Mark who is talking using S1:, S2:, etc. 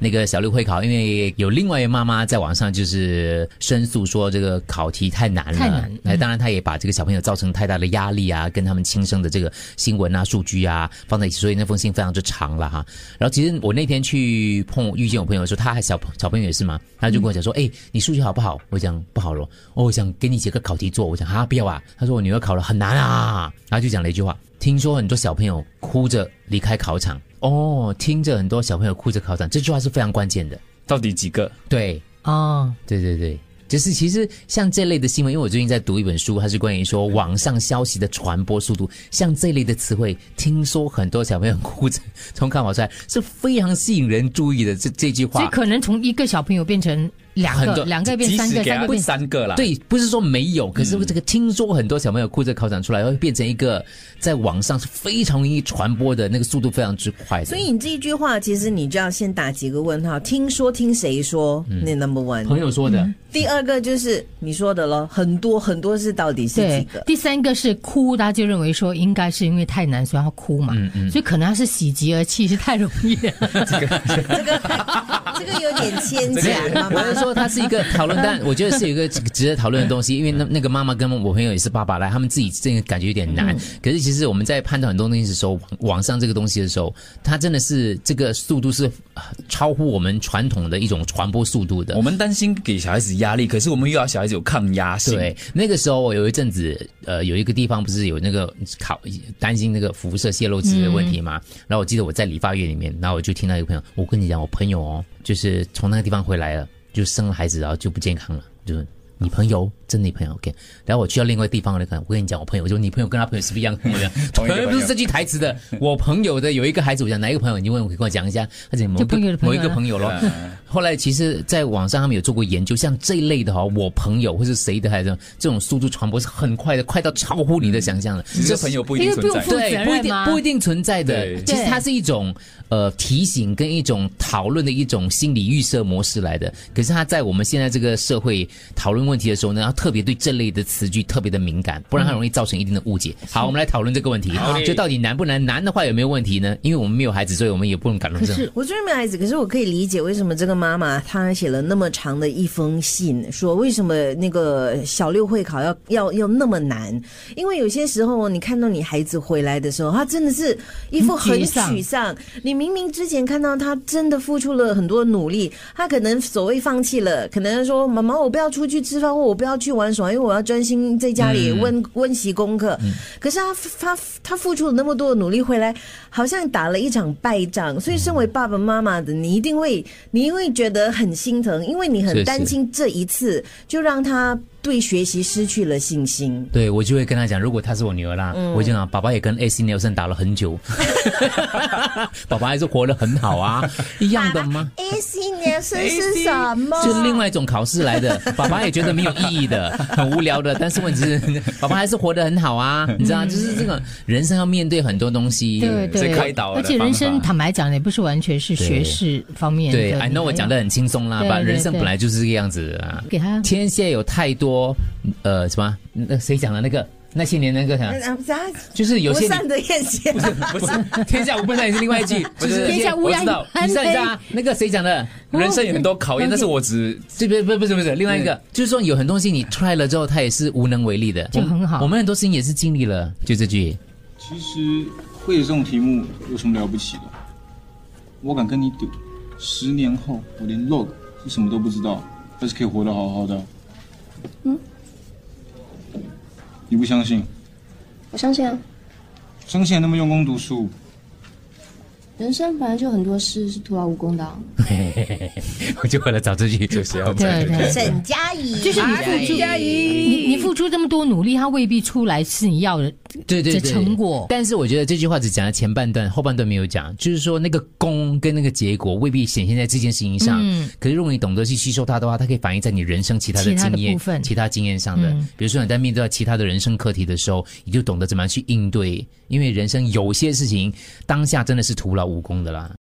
S1: 那个小六会考，因为有另外一位妈妈在网上就是申诉说这个考题太难了，
S2: 太难
S1: 那当然她也把这个小朋友造成太大的压力啊，跟他们亲生的这个新闻啊、数据啊放在一起，所以那封信非常之长了哈。然后其实我那天去碰遇见我朋友的时候，他还小小朋友也是嘛，他就跟我讲说：“哎、你数学好不好？”我讲不好咯。哦，我想给你几个考题做。我讲哈不要啊。他说我女儿考了很难啊，然后就讲了一句话：听说很多小朋友哭着离开考场。哦，听着很多小朋友哭着考场，这句话是非常关键的。
S3: 到底几个？
S1: 对，
S2: 哦，
S1: 对对对，就是其实像这类的新闻，因为我最近在读一本书，它是关于说网上消息的传播速度，像这类的词汇，听说很多小朋友哭着从考场出来，是非常吸引人注意的。这这句
S2: 所以
S1: 话，
S2: 可能从一个小朋友变成两
S1: 很
S2: 个，
S1: 多
S2: 两个变
S3: 即
S2: 三
S3: 使
S2: 个，
S3: 给
S2: 三
S3: 他
S2: 个变
S3: 三个啦。，
S1: 对，不是说没有，可是这个听说很多小朋友哭着考场出来，会变成一个在网上是非常容易传播的那个速度非常之快的。
S4: 所以你这一句话，其实你就要先打几个问号。听说听谁说？那 number one。
S1: 嗯朋友说的，
S4: 第二个就是你说的咯，很多很多是到底是几
S2: 对
S4: 个，？
S2: 第三个是哭，大家就认为说应该是因为太难，所以要哭嘛，
S1: 嗯
S2: 所以可能他是喜极而泣，是太容 易了。
S4: 这个这个有点 牵强，妈妈
S1: 我。是说，它是一个讨论，但我觉得是有一个值得讨论的东西，因为那
S4: 嗯
S1: 那个妈妈跟我朋友也是爸爸来，他们自己这个感觉有点
S4: 嗯
S1: 难。可是其实我们在判断很多东西的时候，网网上这个东西的时候，它真的是这个速度是呃超乎我们传统的一种传播速度的
S3: 我。们担心给小孩子压力，可是我们又要小孩子有抗压性。
S1: 对，，那个时候我有一阵子，呃，有一个地方不是有那个考担心那个辐射泄漏之类的问题
S2: 嗯
S1: 嘛、然后我记得我在理发院里面，然后我就听到一个朋友，我跟你讲，我朋友哦，就是从那个地方回来了，就生了孩子，然后就不健康了，就是。你朋友真的你朋友
S2: 嗯
S1: OK，然后我去到另外地方我就看，我跟你讲，我朋友，我说你朋友跟他朋友是不是一样？跟我讲，
S3: 同一个朋友
S1: 不是这句台词的。我朋友的有一个孩子，我讲哪一个朋友？你问我，你跟我讲一下。他讲某一
S2: 就朋友
S1: 个
S2: 的朋友
S1: 某一个
S2: 啦
S1: 朋友咯。后来其实，在网上他们有做过研究，像这一类的哈、我朋友或是谁的孩子，这种速度传播是很快的，快到超乎你的想象的。
S3: 你这个朋友不一定
S2: 因为不
S3: 存
S2: 用嗯负
S3: 在。
S2: 责
S1: 对，
S2: 任
S1: 不一定
S2: 吗
S1: 不一定存在的
S3: 对。
S1: 其实
S2: 对
S1: 它是一种呃提醒跟一种讨论的一种心理预设模式来的。可是它在我们现在这个社会讨论问题的时候呢，要特别对这类的词句特别的敏感，不然它容易造成一定的误解。
S2: 嗯
S1: 好，我们来讨论这个问题
S3: 好，
S1: 就到底难不难？难的话有没有问题呢？因为我们没有孩子，所以我们也不能敢论证。
S4: 我虽然没有孩子，可是我可以理解为什么这个妈妈她写了那么长的一封信，说为什么那个小六会考要要要那么难？因为有些时候你看到你孩子回来的时候，他真的是一副很
S2: 很沮丧
S4: 沮丧。你明明之前看到他真的付出了很多努力，他可能所谓放弃了，可能说妈妈我不要出去吃饭，或我不要去玩耍，因为我要专心在家里温、温习功课。可是他他他付出了那么多的努力回来，好像打了一场败仗。所以身为爸爸妈妈的，你一定会你会觉得很心疼，因为你
S1: 是
S4: 很
S1: 是
S4: 担心这一次就让他对学习失去了信心。
S1: 对，我就会跟他讲，如果他是我女儿啦，
S2: 嗯
S1: 我就讲，爸爸也跟 AC Nelson 打了很久， 爸爸还是活得很好 啊，一样的吗？
S4: AC 年生是什么
S1: 就是另外一种考试来的，爸爸也觉得没有意义 的，很无聊的。但是问题是，爸爸还是活得很好啊，你知道，就是这个人生要面对很多东西。
S2: 嗯对
S3: 所以
S2: 对，
S3: 开导的
S2: 而且人生
S3: 方法
S2: 坦白讲，也不是完全是学识方面的。
S1: 对，I know 我讲的很轻松啦，
S2: 对
S1: 把
S2: 对
S1: 人生
S2: 对
S1: 本来就是这个样子的啊。
S2: 给他
S1: 天蝎有太多，呃，什么？那谁讲的那个？那些年那个
S2: 嗯
S1: 啥，
S4: 啊啥
S1: 就是有
S4: 不
S1: 些你
S4: 善的宴席，啊
S3: 不 是，
S1: 天下无 不散也是另外一句，就是
S2: 天下乌鸦
S1: 我知道，
S2: 一
S1: 你
S2: 般
S1: 知道
S2: 黑
S1: 你知道啊？那个谁讲的？
S2: 哦
S3: 人生有很多考验，但是我只
S1: 这不不不是不是，另外一个
S3: 嗯
S1: 就是说有很多东西你 try 了之后，它也是无能为力的，
S2: 就很好
S1: 我们很多事情也是经历了，就这句。
S5: 其实会有这种题目有什么了不起的？我敢跟你赌，十年后我连 log 是什么都不知道，但是可以活得好好的。嗯？你不相信？
S6: 我相信啊，
S5: 生前那么用功读书，
S6: 人生本来就很多事是徒劳无功的、啊。
S1: 我就为了找这句，就是要
S2: 对对，
S4: 沈佳宜
S2: 就是你付出，你你付出这么多努力，他未必出来是你要的。
S1: 对对
S2: 这
S1: 对，
S2: 成果
S1: 但是我觉得这句话只讲了前半段，后半段没有讲，就是说那个功跟那个结果未必显现在这件事情上。
S2: 嗯
S1: 可是如果你懂得去吸收它的话，它可以反映在你人生其他的
S2: 其他的
S1: 经验、
S2: 部分
S1: 其他经验上的。
S2: 嗯
S1: 比如说你在面对到其他的人生课题的时候，你就懂得怎么样去应对，因为人生有些事情当下真的是徒劳无功的啦。